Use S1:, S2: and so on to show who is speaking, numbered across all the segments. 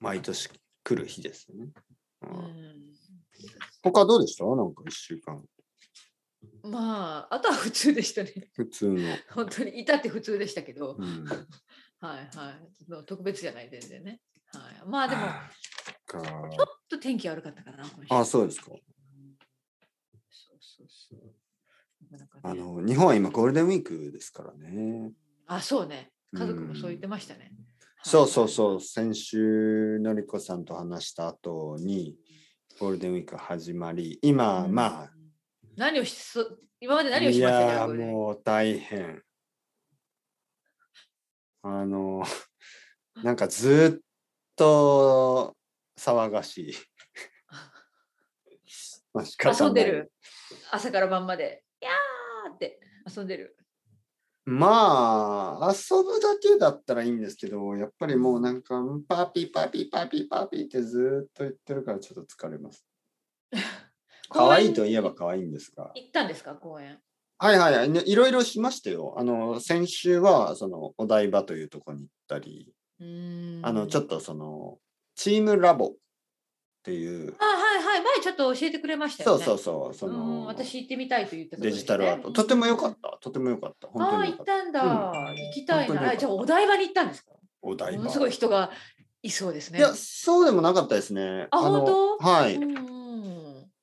S1: 毎年来る日ですね。う
S2: うんん
S1: 他どうでしたなんか1週間。
S2: まああとは普通でしたね
S1: 普通の。
S2: 本当にいたって普通でしたけど、
S1: うん、
S2: はいはいの特別じゃない全然ね、はい、まあでもち
S1: そ
S2: ょ
S1: っか
S2: っと天気悪かったかな今週
S1: あ、そうですか。
S2: そうそうそうなかなか
S1: あ
S2: ね
S1: の日本は今ゴールデンウィークですからね。
S2: あそうね
S1: うん
S2: 家族もそう言ってましたね、はい
S1: そうそうそう、先週のりこさんと話した後にゴールデンウィーク始まり、今、
S2: うん
S1: ま
S2: 何をしそ今まで
S1: あ、
S2: 何をし
S1: い
S2: ました
S1: や
S2: か
S1: ー
S2: ね
S1: もう大変。あの、 なんかずっと騒がしい。まあ仕方
S2: 遊ん
S1: ない
S2: でる朝から晩までいやーって遊んでる
S1: まあ、遊ぶだけだったらいいんですけど、やっぱりもうなんか、んパーピーパーピーパーピーパーピーってずーっと言ってるからちょっと疲れます。可愛いといえば可愛いんですが。
S2: 行ったんですか公園
S1: はいはいはい、ねいろいろしましたよ。あの、先週は、その、お台場というとこに行ったり、
S2: うーん
S1: あの、ちょっとその、チームラボっていう、
S2: あはいはい前ちょっと教えてくれました
S1: そ
S2: よ
S1: う
S2: ね
S1: そうそう、そ
S2: うん
S1: の、
S2: 私行ってみたいと言ったとこ
S1: デ
S2: ろで
S1: ジ
S2: した
S1: タ
S2: ね
S1: ルアート。とても良か
S2: う
S1: っ
S2: ん
S1: た、とても良かった、本
S2: あ
S1: 当
S2: あ
S1: に
S2: 行
S1: 良か
S2: っ
S1: った。
S2: たんだ、
S1: うん
S2: 行きたい
S1: 本当によかっ
S2: な
S1: た
S2: あじゃあお台場に行ったんですか
S1: お台
S2: も
S1: 場。
S2: のすごい人がいそうですね
S1: いや、そうでもなかったですね。
S2: あ
S1: の
S2: 本当
S1: は
S2: う
S1: い。
S2: んうん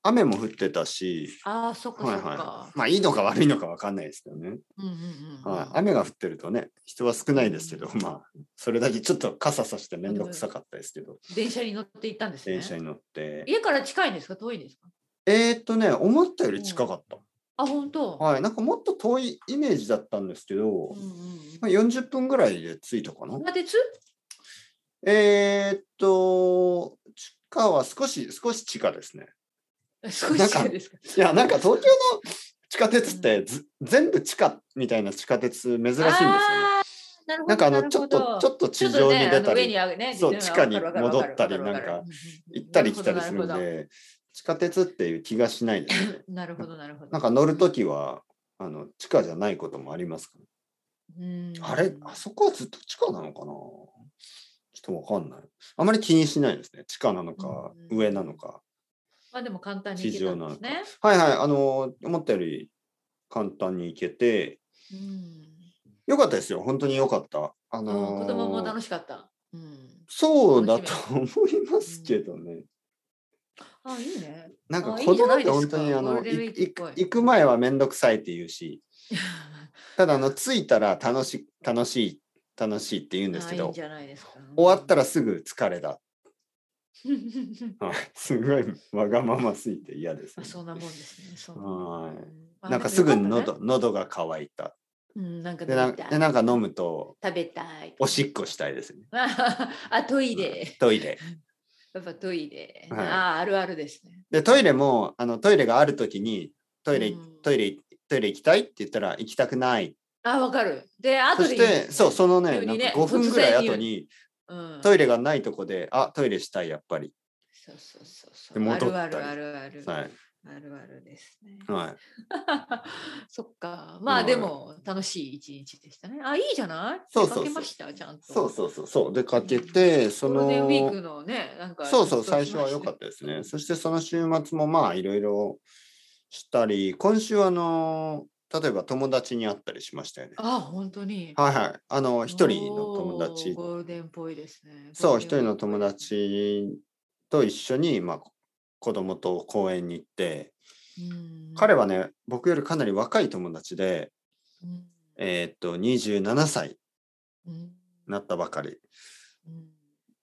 S1: 雨も降ってたし、
S2: ああそっか
S1: は
S2: そ
S1: い
S2: っか、
S1: はまあ、いいのか悪いのかわかんないですけどね。
S2: うんうんうん
S1: はい。雨が降ってるとね、人は少ないですけど、まあ、それだけちょっと傘さしてめんどくさかったですけど、
S2: 電車に乗って行ったんですね
S1: 電車に乗って。
S2: 家から近いんですか遠いんですか
S1: えーっとね、思ったより近かった。
S2: あ本当、
S1: はい。なんかもっと遠いイメージだったんですけど
S2: うん、うん
S1: まあ、40分ぐらいで着いたかな
S2: うん、。地下鉄
S1: えーっと、地下は少し、少し地下ですね。
S2: 少し
S1: なんか
S2: 近いですか
S1: いや、なんか東京の地下鉄ってず、全部地下みたいな地下鉄珍しいんですよね。
S2: あーなるほど
S1: なんかあの
S2: る
S1: ちょ
S2: ほ
S1: っと
S2: ど
S1: ちょっと地上に出
S2: ちょ
S1: た
S2: っとねあの上に
S1: り
S2: 上げね
S1: そう
S2: 自分が
S1: 地下に戻ったり
S2: わる
S1: な
S2: わかる
S1: んか
S2: わる
S1: 行ったり来たりするん
S2: なる
S1: で地下鉄っていう気がしないです ね。
S2: ほどなるほどなるほど
S1: なんか乗るときはあの地下じゃないこともありますか
S2: うん
S1: ら、あれあそこはずっと地下なのかなちょっとわかんない。あまり気にしないですね。地下なのか
S2: うん
S1: 上なのか。
S2: まあでも簡単に行けたんですね
S1: はいはいあの思ったより簡単に行けて
S2: うん
S1: よかったですよ本当によかった。あ
S2: うん
S1: のー
S2: 子供も楽しかったうん
S1: そうだと思いますけどね。
S2: あいい ね
S1: なんか
S2: あ
S1: 子供っ
S2: い
S1: て
S2: いじゃな
S1: 本
S2: いですか
S1: 当にあ
S2: ゴー
S1: の
S2: ルデンウィ
S1: い
S2: ークっ
S1: い
S2: ぽい
S1: 行く前は面倒くさいって言うしただあの着いたら楽し楽しい楽しいって言うんですけ
S2: あいい
S1: ど
S2: んじゃないですか
S1: 終わった
S2: ら
S1: らすぐ疲れだ、はいすごいわがまますぎて嫌です、ね、
S2: そんなもんですねそんなもん
S1: は
S2: うん
S1: い
S2: あ
S1: なんかすぐ
S2: でもよかっ
S1: 喉
S2: たね
S1: 喉が渇いた
S2: うんなんか
S1: でな
S2: 飲
S1: ん
S2: みたい
S1: でなんか飲むと
S2: 食べたい
S1: おしっこしたいですね
S2: あトイレ
S1: トイレ
S2: やっぱトイレ、
S1: はい
S2: あああるあるですね
S1: でトイレもあのトイレがある時にトイレ
S2: うん
S1: トイレトイレ行きたいって言ったら行きたくない
S2: あわかるであ
S1: そ
S2: と
S1: し
S2: で
S1: てそうそのね
S2: 急
S1: なん
S2: に
S1: か
S2: ね
S1: 5分ぐらい
S2: 突然言
S1: 後
S2: う
S1: に
S2: う、うん、
S1: トイレがないとこで、あ、トイレしたい、やっぱり。
S2: そうそうそうそ
S1: で
S2: うあ
S1: 戻っ
S2: る
S1: た
S2: あ
S1: り
S2: るあるある、
S1: はい。
S2: あるあるですね
S1: はい。
S2: そっかま
S1: う
S2: あ
S1: ん
S2: でも楽しい一日でしたねあいいじゃない
S1: そうそうそう
S2: 出かけましたちゃんと
S1: そうそうそう。そうで、かけて、そ
S2: ゴール
S1: の
S2: デンウィーク、のねなんか
S1: そうそう、最初は良かったたですね。そして、その週末も、まあ、いろいろしたり、今週、あの、例えば友達に会ったりしましたよね。
S2: あ本当に
S1: はいはい。あの、一人の友
S2: おー
S1: 達、
S2: ゴールデンっぽいですね
S1: そ
S2: ゴ
S1: う、
S2: ール
S1: 一
S2: デン
S1: 人の友達と一緒に、まあ、子供と公園に行って、
S2: うん
S1: 彼はね、僕よりかなり若い友達で、
S2: うん
S1: えーっと、27歳に
S2: うん
S1: なったばかり。
S2: うん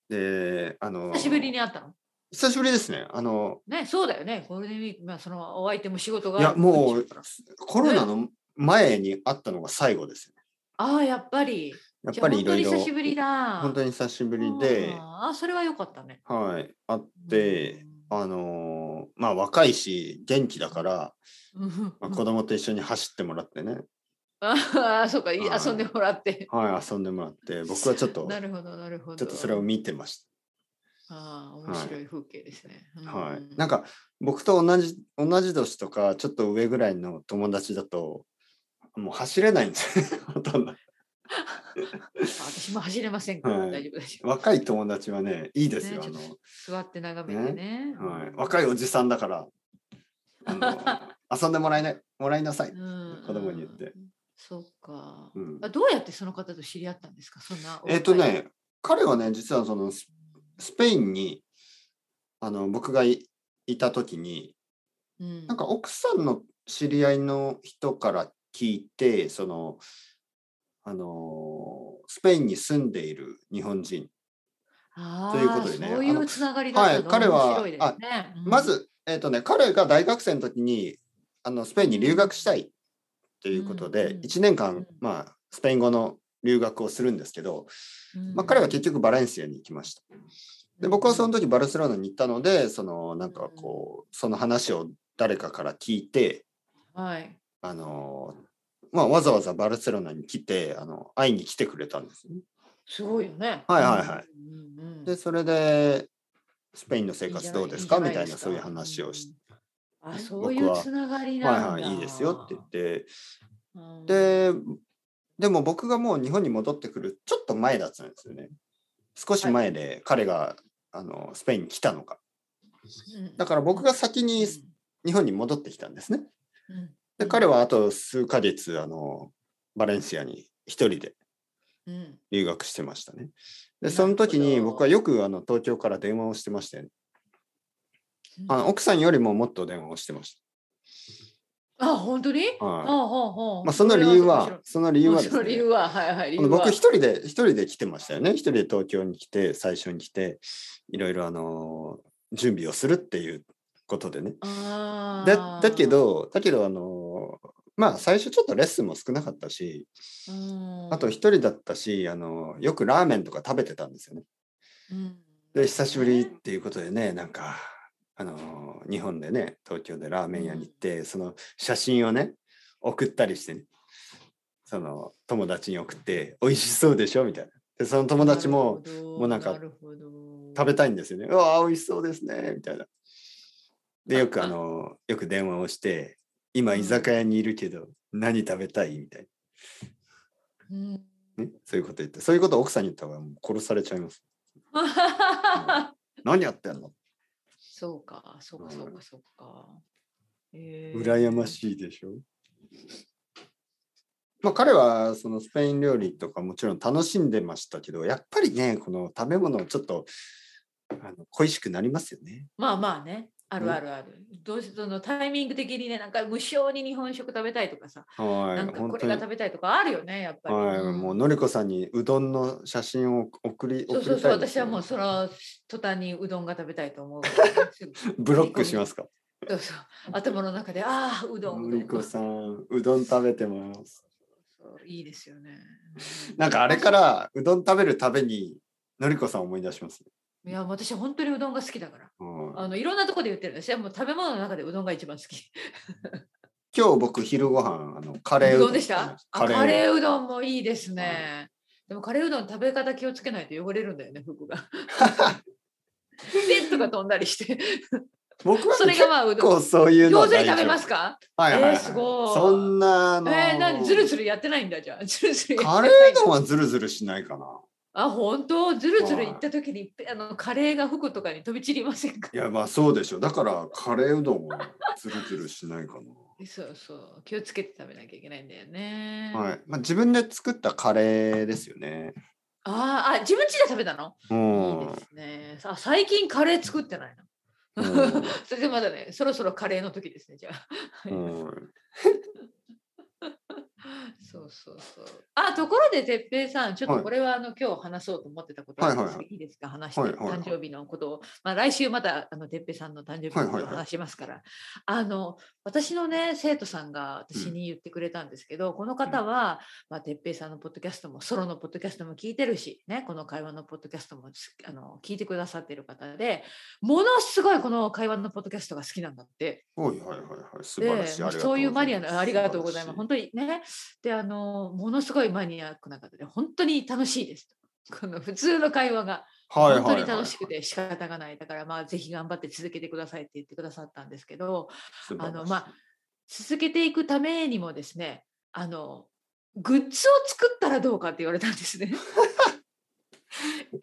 S1: で、あの、
S2: 久しぶりに会ったの
S1: 久しぶりですね。あの、
S2: ね、そうだよね、ゴールデンウィーク、まあ、そのお相手も仕事が
S1: いや、も
S2: ある
S1: う
S2: でしょから
S1: コロナの前に会ったのが最後ですよね。
S2: ああ、やっぱり、
S1: やっぱりいろい
S2: じゃ
S1: ろ
S2: あ本当に久しぶりだ。
S1: 本当
S2: に
S1: に久しぶりで、
S2: ああ、それは良かったね。
S1: はい、会って、
S2: うん、
S1: あのーまあ若いし元気だから、
S2: うん
S1: まあ、子供と一緒に走ってもらってね、
S2: ああ、そうか、い
S1: はい
S2: 遊んでもらって。
S1: はい、遊んでもらって、僕はちょっと、
S2: な
S1: ち
S2: るほど、なるほど。
S1: ょっとそれを見てまし
S2: ああ、面白い風景ですね。
S1: た。は
S2: うん
S1: い、なんか僕と同じ同じ年とか ちょっと上ぐらいの友達だと、もう走れないんですよ、ほとんど。
S2: 私も走れませんから、
S1: はい
S2: 大丈夫大丈夫。
S1: 若い友達はね、いいですよ。
S2: ね
S1: あの、
S2: 座って眺めてね。
S1: はい、若いおじさんだから、あ の遊んでもらいなもらいなさい。
S2: うん
S1: 子供に言って。
S2: そうか、
S1: うん
S2: あ。どうやってその方と知り合ったんですかそんな。
S1: えっ、と。ね、彼はね、実はそのススペインにあの僕がいいた時に、
S2: うん、
S1: なんか奥さんの知り合いの人から聞いて、そのあのスペインに住んでいる日本人、
S2: あ
S1: と
S2: ー
S1: いうことでね
S2: そう
S1: あ
S2: いう
S1: の
S2: つながりだった
S1: は
S2: の
S1: い彼は
S2: 面白いですね。うん
S1: ま、ずえっ、とね、彼が大学生の時にあのスペインに留学したいということ
S2: うん
S1: で、
S2: うん
S1: 1年間、
S2: うん
S1: まあスペイン語の留学をするんですけど、
S2: うん
S1: まあ、彼は結局バレンシアに行きました。で僕はその時バルセロナに行ったのでそのなんかこうその話を誰かから聞いて
S2: はい。
S1: あの、まあ、わざわざバルセロナに来てあの会いに来てくれたんですね。
S2: すごいよね。
S1: はいはいはい
S2: うんうんうん。
S1: でそれでスペインの生活どうですか
S2: んじ
S1: み
S2: ゃ
S1: た
S2: い
S1: いなそういう話をし。
S2: うんあ、
S1: ね
S2: そうい
S1: 僕
S2: う
S1: は
S2: つながり
S1: て、
S2: なんだ。
S1: はいはいいいですよって言って
S2: うん、
S1: ででも僕がもう日本に戻ってくるちょっと前だったんですよね少し前で彼があのスペインに来たのか
S2: うん
S1: だから僕が先に日本に戻ってきたんですねで彼はあと数ヶ月あのバレンシアに一人で
S2: うんうん
S1: 留学してましたね。
S2: なるほ
S1: で
S2: ど
S1: その時に僕はよくあの東京から電話をしてましたよね。あの奥さんよりももっと電話をしてまし
S2: あ、本当に。
S1: た。はい
S2: ほうほうほう
S1: まあ、その理由
S2: それ
S1: は
S2: 面白い
S1: その理由はで
S2: そ
S1: す
S2: の理
S1: ね
S2: 由。は、はいはい。理
S1: あ
S2: 由
S1: の
S2: は
S1: 僕一人で一人で来てましたよね。一人で東京に来て最初に来ていろいろあの準備をするっていうことでね。
S2: あー
S1: だだけ、どだけどあのまあ最初ちょっとレッスンも少なかったし、
S2: うん
S1: あと一、人だったしあのよくラーメンとか食べてたんですよね。
S2: うん
S1: で久しぶりっていうことでねなんかあのー日本でね東京でラーメン屋に行って、その写真をね送ったりしてねその友達に送って「美味しそうでしょ」みたいなでその友達も、
S2: なるほど
S1: もうなんか
S2: るほど
S1: 食べたいんですよね「うわー美味しそうですね」みたいなでよくあのーよく電話をして「今
S2: うん
S1: 居酒屋にいるけど何食べたい?」みたい
S2: うん
S1: な、ね、そういうこと言ってそういうことを奥さんに言ったらもう殺されちゃいますん何やってんの
S2: そうか、そうか、そうか、そうか。えー
S1: 羨ましいでしょ。まあ彼はそのスペイン料理とかもちろん楽しんでましたけど、やっぱりね、この食べ物をちょっとあの恋しくなりますよね。
S2: まあまあね、あるあるある。どうしそのタイミング的にね、なんか無性に日本食食べたいとかさ、な
S1: は
S2: ん
S1: い、
S2: か
S1: 本
S2: こ
S1: 当
S2: れが
S1: に
S2: 食。べたいとかあるよね、やっぱり。
S1: はい、もうのりこさんにうどんの写真を送り送
S2: そう
S1: り
S2: そ
S1: た
S2: うそう、
S1: いで
S2: 私
S1: すよ
S2: は
S1: ね
S2: もうその途端にうどんが食べたいと思うからね、す ぐ
S1: ブロックしますか。
S2: そうそう頭の中で、ああ、うどん、
S1: の
S2: う
S1: り
S2: どん
S1: こさん、うどん食べてます。
S2: そういいですよね。
S1: なんかあれからうどん食べるたびにのりこさんを思い出します、
S2: いや、私は本当にうどんが好きだから。
S1: うん
S2: あのいろんなとこで言ってるんですよ。もう食べ物の中でうどんが一番好き。
S1: 今日僕昼ご飯あのカレー
S2: うど
S1: 食
S2: ん
S1: べ
S2: でしたあ
S1: カ
S2: カ
S1: レ
S2: レ
S1: ーうどん
S2: ーうどんもいいですね。でもカレーうどん食べ方気をつけないと汚れるんだよね、 服が。テントが飛んだりして。
S1: 僕は
S2: それがまあう
S1: 結
S2: どん。
S1: 構そういうのは
S2: 上手
S1: 大
S2: に
S1: 丈夫
S2: 食べますか
S1: はいはいはい、
S2: えーすごい
S1: そんなあの
S2: えー、何ずるずるやってないんだじゃあ。 ずるずるやってない
S1: カレーうどんはずるずるしないかな。
S2: あ、本当ずるずる行った時にあのカレーが服とかに飛び散りませんか
S1: いやまあそうでしょう。だからカレーうどんはずるずるしないか
S2: そうそう。気をつけて食べなきゃいけないんだよね。
S1: な。はい。まあ自分で作ったカレーですよね。
S2: あーあ、自分家で食べたの
S1: う
S2: い
S1: ん。
S2: いですね。あ最近カレー作ってないな。
S1: うん
S2: それでまだね、そろそろカレーの時ですね、じゃあ。
S1: うん
S2: そうそうそう。あ、ところで、哲平さん、ちょっ
S1: は
S2: と
S1: い
S2: これはあの、今日話そうと思ってたことあるんです
S1: はい
S2: けど、
S1: はい
S2: いいですか、話して、
S1: はいはいはい
S2: 誕生日のことを。まあ、来週また、あの、哲平さんの誕生日
S1: は
S2: の
S1: いは
S2: こ
S1: い
S2: と
S1: は
S2: を
S1: い
S2: 話しますから、あの、私のね、生徒さんが私に言ってくれたんですけど、この方は、まあ、哲平さんのポッドキャストも、ソロのポッドキャストも聞いてるし、ね、この会話のポッドキャストもす、あの、聞いてくださってる方で、ものすごいこの会話のポッドキャストが好きなんだって。
S1: はいはいはいはい。素晴ら
S2: で
S1: しい。ありがとござ
S2: もう
S1: ます
S2: そういうマニアのありがとうござい
S1: 素
S2: ます。
S1: 晴
S2: 本当にね。で、あの、ものすごいマニアックな方で、本当に楽しいです。この普通の会話が
S1: らしい
S2: 本当に
S1: はいはいはい
S2: 楽しくて仕方がない。だから、まあ、ぜひ頑張って続けてくださいって言ってくださったんですけど、
S1: 素晴らしい
S2: あのまあ続けていくためにもですね、あの、グッズを作ったらどうかって言われたんですね。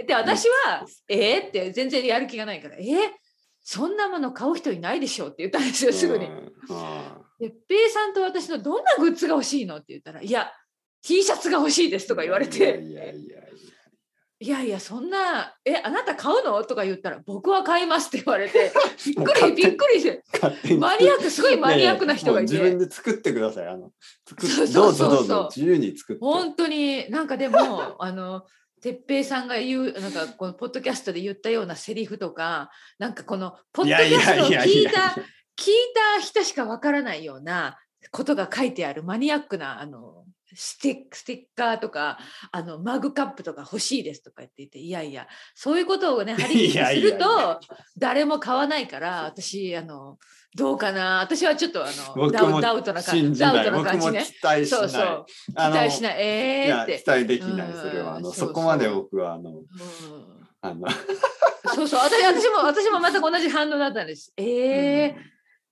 S2: で私は「えー、って全然やる気がないから「えー、そんなもの買う人いないでしょ」って言ったんですよすぐに。で平さんと私のどんなグッズが欲しいのって言ったら「いや T シャツが欲しい です」とか言われて
S1: いやいやいやいや
S2: 「いやいやそんなえあなた買うの?」とか言ったら「僕は買います」って言われてびっ
S1: もう
S2: く
S1: 勝
S2: り
S1: 手に
S2: びっくりして
S1: 勝手に
S2: マニアックすごいマニアックな人がいて
S1: ややもう自分で作ってください。あの作っ
S2: そ
S1: ど
S2: うそううそ
S1: ぞ
S2: う
S1: どうぞ自由に作って。
S2: 本当になんかでも あの哲平さんが言うなんかこのポッドキャストで言ったようなセリフとかなんかこのポッドキャストを
S1: いやいや
S2: 聞
S1: いや
S2: い
S1: いや
S2: た聞いた人しかわからないようなことが書いてあるマニアックなあのステッステッカーとかあのマグカップとか欲しいですとか言っていていやいやそういうこ とをね張り切っ
S1: い
S2: て
S1: や
S2: す
S1: いやいや
S2: ると誰も買わないから私あのどうかな私はちょっとあの
S1: 僕
S2: ダ
S1: も
S2: ウダウトな感
S1: 信
S2: じ
S1: じ
S2: ダウ
S1: な
S2: ト
S1: い。
S2: な
S1: 僕
S2: 感じ
S1: も期
S2: ね
S1: 待。しない。
S2: そうそう期
S1: あの
S2: 待しないえ
S1: い
S2: ーっ
S1: や
S2: て
S1: 期。待できない。それはあ
S2: う
S1: の
S2: んそう
S1: そ
S2: そう
S1: こまで僕はあの
S2: うん
S1: あの。
S2: そうそう私私も私もまた同じ反応だったんです。ええ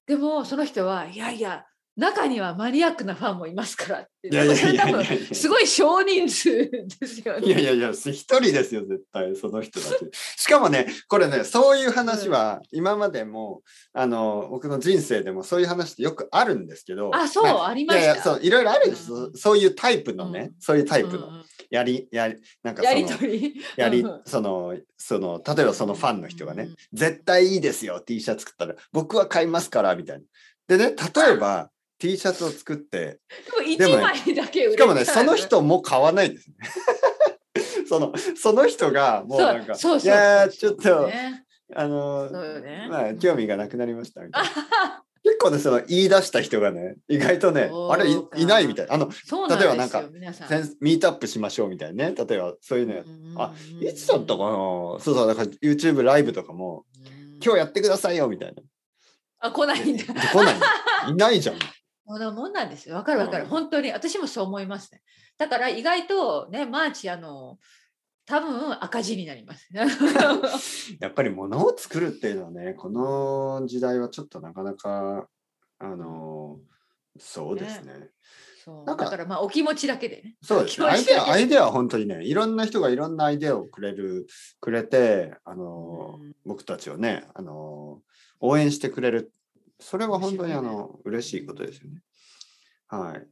S2: でもその人はいやいや中にはマニアックなファンもいますからって。
S1: いやいやいやいや
S2: 多分すごい少人数ですよ
S1: いや
S2: ね。
S1: いやいや、一人ですよ、絶対、その人 だけ。しかもね、これね、そういう話は、今までも、あの、僕の人生でも、そういう話ってよくあるんですけど、
S2: あそう、
S1: なんか
S2: あり
S1: い
S2: ました。
S1: やいや、そう、いろいろあるんです、
S2: う
S1: そういうタイプのね、
S2: う
S1: そういうタイプ
S2: う
S1: の、
S2: ん
S1: やり、やり、なんかそ
S2: や
S1: の、
S2: りとり。
S1: やり
S2: うん
S1: そのその例えばそのファンの人がね、
S2: うん
S1: 絶対いいですよ T シャツ作ったら僕は買いますからみたいな。でね例えば T シャツを作って
S2: でも一枚だけ売れ
S1: しかもね
S2: た
S1: そ
S2: ら
S1: の人も買わないです ね。そのその人がもう
S2: そう
S1: なんか
S2: そうそう
S1: いやーち
S2: そ
S1: ょっ
S2: うそう
S1: と、
S2: ね
S1: あのー
S2: そうよね
S1: まあ興味がなくなりましたみたいな。
S2: あ
S1: 結構ねその言い出した人がね意外とね
S2: そう
S1: あれい
S2: か
S1: いないみたいなあの
S2: そうなん
S1: 例えば
S2: で
S1: なん
S2: すよ
S1: か
S2: 皆さん
S1: センスミートアップしましょうみたいなね例えばそういうのやっあいつだったかなそうそう、だから YouTube ライブとかも、今日
S2: 日
S1: やってくださいよみたいな。
S2: あ来ないんだ
S1: 来ない。いないじゃん。
S2: そんなもんなんですよ。わかるわかる。
S1: うん
S2: 本当に私もそう思いますね。だから意外とね、マーチ、あの、多分赤字になります。
S1: やっぱり物を作るっていうのはね、この時代はちょっとなかなか、あの、そうですね。
S2: そう
S1: なんか
S2: だからまあお気持ちだけでね。
S1: そうですね。
S2: 気
S1: ア
S2: 持
S1: イ
S2: ち
S1: デ
S2: だ
S1: ア、
S2: け
S1: アイデアは本当にね、いろんな人がいろんなアイデアをくれる、くれて、あの、
S2: うん
S1: 僕たちをね、あの、応援してくれる。それは本当にあ
S2: そう
S1: の、嬉しいことですよね。はい。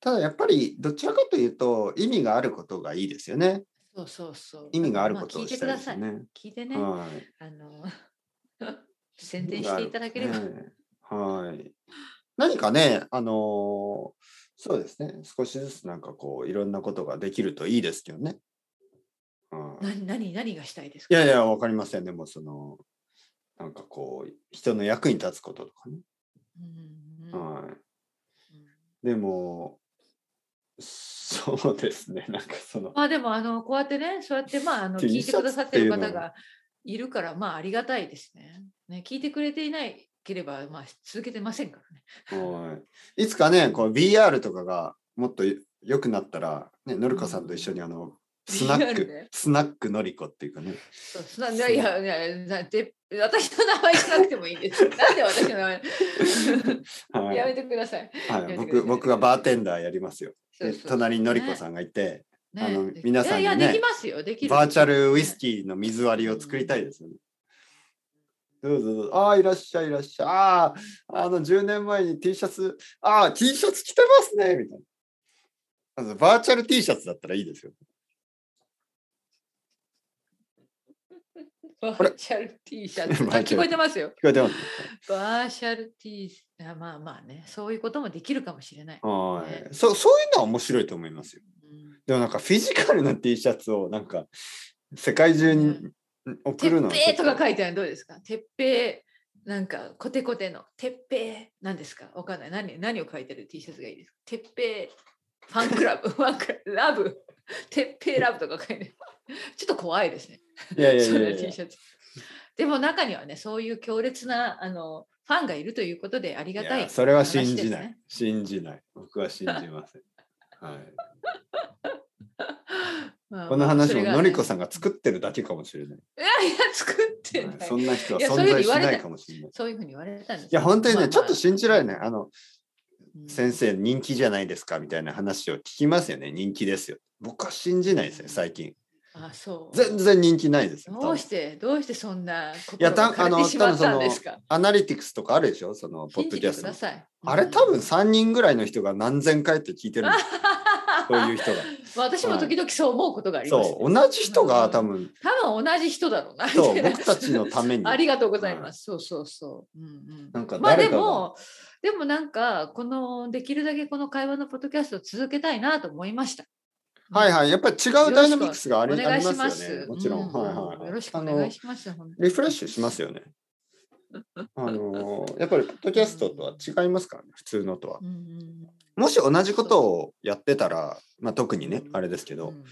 S1: ただやっぱり、どちらかというと、意味があることがいいですよね。
S2: そうそうそう。
S1: 意味があること
S2: ま
S1: を
S2: 聞いて
S1: し
S2: く
S1: たい
S2: だ
S1: です
S2: さ
S1: よ
S2: い。
S1: ね。
S2: 聞いてね。
S1: はい。
S2: あの、宣伝していただければ。
S1: ねはい。何かね、あのーそうですね、少しずつなんかこう、いろんなことができるといいですけどね。はい
S2: 何、何、何がしたいです
S1: い
S2: か
S1: やいや、わかりません。でも、その、なんかこう、人の役に立つこととかね。
S2: うんうん
S1: はい。でも、そうですね、 なんかその、
S2: まあでもあのこうやってねそうやってまああの
S1: T
S2: 聞いてくださってる
S1: シャツってい
S2: 方
S1: うのは
S2: がいるからまあありがたいですね。ね聞いてくれていないければまあ続けてませんからね。
S1: はい。いつかね、こう、VR とかがもっとよ良くなったら、ね、のりこさんと一緒にあの、スナッ
S2: VR
S1: ク
S2: ね、
S1: スナックのりこっていうかね。
S2: そうそんないやいやなで私の名前しなくてもいいです。 なんで私の名
S1: は
S2: 前
S1: い
S2: やめてください。
S1: は
S2: や
S1: い、
S2: めて
S1: 僕
S2: ください
S1: 僕がバーテンダーやりますよ。
S2: そう
S1: で
S2: そう
S1: 隣にのりこさんがいて、
S2: ね
S1: あの
S2: でき
S1: 皆さんに
S2: いやい
S1: ね
S2: やできますよできる。
S1: バーチャルウイスキーの水割りを作りたいですよね。どうぞどうぞ。ああ、いらっしゃいいらっしゃい。ああ、あの10年前に T シャツ、ああ、T シャツ着てますねみたいな。あのバーチャル T シャツだったらいいですよ。
S2: バ
S1: これ
S2: ーチャル T シャツ。あ
S1: バーチャル
S2: 聞こえてますよ。
S1: 聞こえてます
S2: バーチャル T シャツあまあまあねそういうこともできるかもしれない。
S1: は
S2: ね
S1: い。そう、そういうのは面白いと思いますよ。
S2: うん
S1: でもなんかフィジカルな T シャツをなんか世界中に送
S2: て
S1: るのは
S2: っぺ
S1: ち
S2: ーと
S1: ょっ
S2: か書いてあるのどうですかてっぺーなんかコテコテのてっぺーなんですかわかんない何何を書いてる T シャツがいいですかてっぺーファン クラブファンクラブラブてっぺーラブとか書いてるちょっと怖いですね
S1: といやいやい
S2: そ
S1: や
S2: れ
S1: い
S2: T
S1: や。
S2: シャツでも中にはねそういう強烈なあのファンがいるということでありがた
S1: い
S2: い
S1: やそれは信じ
S2: 話です
S1: ない、
S2: ね
S1: 信じない僕は信じません、 はい、
S2: まあ
S1: この話も
S2: それがね
S1: のりこさんが作ってるだけかもしれない、
S2: いやいや作って
S1: は
S2: ないい、
S1: そんな人はい
S2: や
S1: 存
S2: そういうふ
S1: 在
S2: うに
S1: し
S2: 言われ
S1: な
S2: た
S1: いかもしれない
S2: そういうふうに言われたんです
S1: いや本当にね、
S2: まあまあ
S1: ちょっと信じられないあの先生人気じゃないですかみたいな話を聞きますよね人気ですよ僕は信じないですね最近
S2: あそう
S1: 全然人気ないですよ
S2: ど
S1: 多
S2: う
S1: 分
S2: してどうしてそんなこ
S1: いやた
S2: が枯
S1: あ
S2: れ
S1: の
S2: てしまった
S1: 多分その
S2: んですか
S1: アナリティクスとかあるでしょそのポッ
S2: 信
S1: ド
S2: じ
S1: キ
S2: て
S1: ャ
S2: く
S1: スト
S2: だ
S1: の
S2: さい
S1: あれ
S2: うん
S1: 多分3人ぐらいの人が何千回って聞いてる んですよそういう人が
S2: 私も時々そう思うことがありますね、
S1: そう同じ人が多分
S2: 多分同じ人だろうなみ
S1: そ
S2: た
S1: う
S2: いな
S1: 僕たちのために
S2: ありがとうございます。そうそうそう。うんうん、
S1: なんか
S2: まあ
S1: 誰
S2: で
S1: かが
S2: も、でもなんか、この、できるだけこの会話のポッドキャストを続けたいなと思いました。
S1: はい
S2: い。
S1: はいやっぱり違うダイナミクスがあ
S2: お
S1: り
S2: 願いし
S1: ありま
S2: ます
S1: よね
S2: す。
S1: もちろん、
S2: う
S1: はいはいはい
S2: よろしく
S1: あ
S2: お
S1: の
S2: 願いします。本当に
S1: リフレッシュしますよ ね。あのーやっぱりポッドキャストとは違いますからね、普通のとは
S2: う。んうん
S1: もし同じことをやってたら、まあ、特にね、あれですけ
S2: うん。う
S1: ど
S2: ん、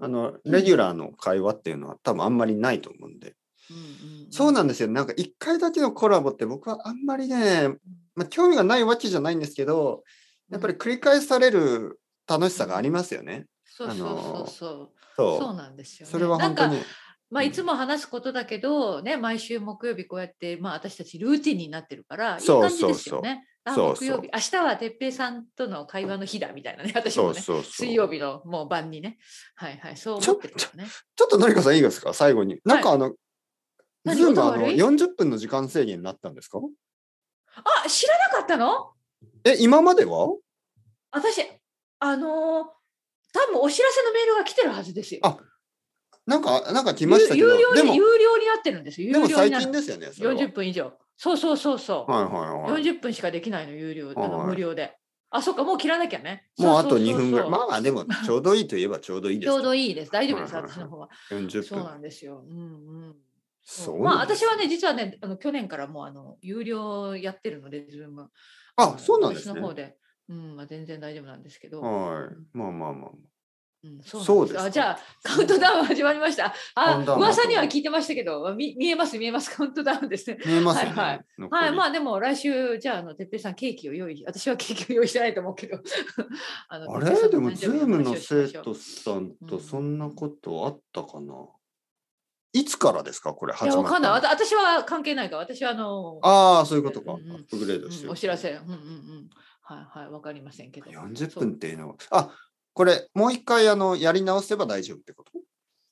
S1: あの、レギュラーの会話っていうのは多分あんまりないと思うんで。
S2: うんうん
S1: そうなんですよ。なんか1回だけのコラボって僕はあんまりね、まあ、興味がないわけじゃないんですけど、やっぱり繰り返される楽しさがありますよね。
S2: そうそうそうそう。そ
S1: そう
S2: なんです
S1: う。
S2: よ、ね。
S1: それは本当
S2: なんか
S1: に。
S2: まあ、
S1: うん
S2: いつも話すことだけど、ね、毎週木曜日こうやって、まあ、私たちルーティンになってるから、いい
S1: そう
S2: 感じですよね。あ
S1: そうそう
S2: 木曜日、明日は哲平さんとの会話の日だみたいなね、私
S1: そ
S2: も
S1: う
S2: ね。
S1: そうそう。
S2: 水曜日のもう晩にね。はいはい、そう
S1: ちょ
S2: 思ってるからね。
S1: ちょっとのりこさんいいですか最後に。なんかあの、
S2: 何
S1: ズームあ
S2: 音
S1: の
S2: 悪い
S1: 40分の時間制限になったんですか
S2: あ、知らなかったの
S1: え、今までは
S2: 私、あのー多分お知らせのメールが来てるはずですよ。
S1: あなんか、なんか来ましたけ
S2: 有
S1: ど
S2: 有、料
S1: で
S2: に
S1: も
S2: 有、料になってるんですよ。有
S1: でも
S2: 料に
S1: 最
S2: な
S1: 近
S2: る。
S1: ですよね。それは
S2: 40分以上。そうそうそうそう。
S1: はいはいはい。
S2: 40分しかできないの有料、あの
S1: はい
S2: 無料で。あ、そっか、もう切らなきゃね。
S1: もうあ
S2: そ
S1: と
S2: そそ
S1: 2
S2: そ
S1: 分ぐらい。まあで も、ちょうどいいといえばちょうどいいで
S2: ち
S1: す。
S2: ょうどいいです。大丈夫です、
S1: はいはいはい
S2: 私の方は。
S1: 40
S2: そうな
S1: 分。
S2: んですよ。うんうん。
S1: そう
S2: まあ、
S1: なんです
S2: 私はね、実はね、あの去年からもうあの有料やってるので、ズーム。
S1: あ
S2: の、
S1: そうなんです
S2: 私
S1: ね。
S2: の方
S1: は
S2: で。うん、まあ、全然大丈夫なんですけど。
S1: い。まあまあまあ。
S2: うん、
S1: そう
S2: そうなん
S1: です
S2: です
S1: か
S2: あじゃあカウントダウン始まりました。
S1: カ
S2: あ
S1: ウントダウン
S2: 噂には聞いてましたけど、み見えます見えますカウントダウンですね。
S1: 見えますよね。
S2: はいはい
S1: 残り
S2: はい、まあでも来週、じゃあ、あの、てっぺいさん、ケーキを用意、 私はケーキを用意してないと思うけど。 あの
S1: あ
S2: てっぺいさ
S1: れ
S2: ん
S1: でも、
S2: 誕
S1: ズ
S2: 生日
S1: ーム
S2: 話
S1: の
S2: をしま
S1: 生
S2: しょう
S1: 徒さん
S2: う
S1: と
S2: ん
S1: そんなことあったかな、いつからですかこれ
S2: い
S1: 始
S2: や、
S1: まっ
S2: わ
S1: た
S2: かんない。
S1: の
S2: わた私は関係ないから、私はあの、
S1: ああ、そういうことか。ア
S2: うんうん
S1: ップグレー
S2: う
S1: ドして
S2: ん
S1: る。
S2: お知らせ、うんうんうん。はいはい、わかりませんけど。
S1: 40
S2: そう
S1: 分っていうのは。あこれ、もう一回あのやり直せば大丈夫ってこと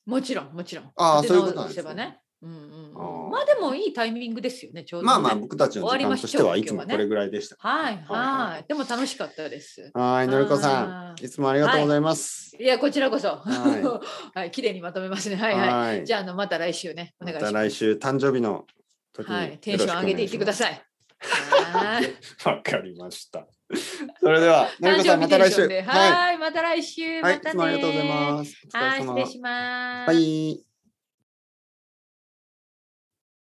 S2: もちろん、もちろん。
S1: あーそ
S2: 立て
S1: ういうことなん
S2: 直
S1: で
S2: せ
S1: すね
S2: ばね。うんうん
S1: あ
S2: う
S1: ー
S2: ん、まあでもいいタイミングですよね、ちょうど、ね。
S1: まあまあ、僕たちの時
S2: 終わり
S1: 間
S2: ま
S1: と
S2: し
S1: して
S2: ょう
S1: はいつもこれぐらいでした。
S2: はい
S1: はいは
S2: はい。でも楽しかったです。
S1: はい、のりこさ
S2: あ
S1: ん、
S2: ー
S1: いつもありがとうございます。
S2: いや、こちらこそ。
S1: は
S2: はい、綺麗にまとめますね。はいはい。
S1: はい
S2: じゃあ、あの、また来週ね。お
S1: ま
S2: 願い
S1: た
S2: し
S1: 来
S2: ます。
S1: 週、誕生日の時に、
S2: はい、テンション上げていってくだ
S1: さ
S2: さい。 はい
S1: い。わかりました。それでは、のり
S2: 誕
S1: こさ
S2: 生
S1: ん、
S2: 日
S1: ま
S2: テ
S1: た
S2: ン
S1: 来
S2: ション
S1: 週。
S2: で。
S1: は
S2: はい、また来週。
S1: い、はい、
S2: ま
S1: い
S2: た
S1: つ
S2: ね。。
S1: もありがとうございますす。お
S2: はい、
S1: 疲
S2: 失
S1: れ
S2: 礼
S1: 様。
S2: します。
S1: バイ。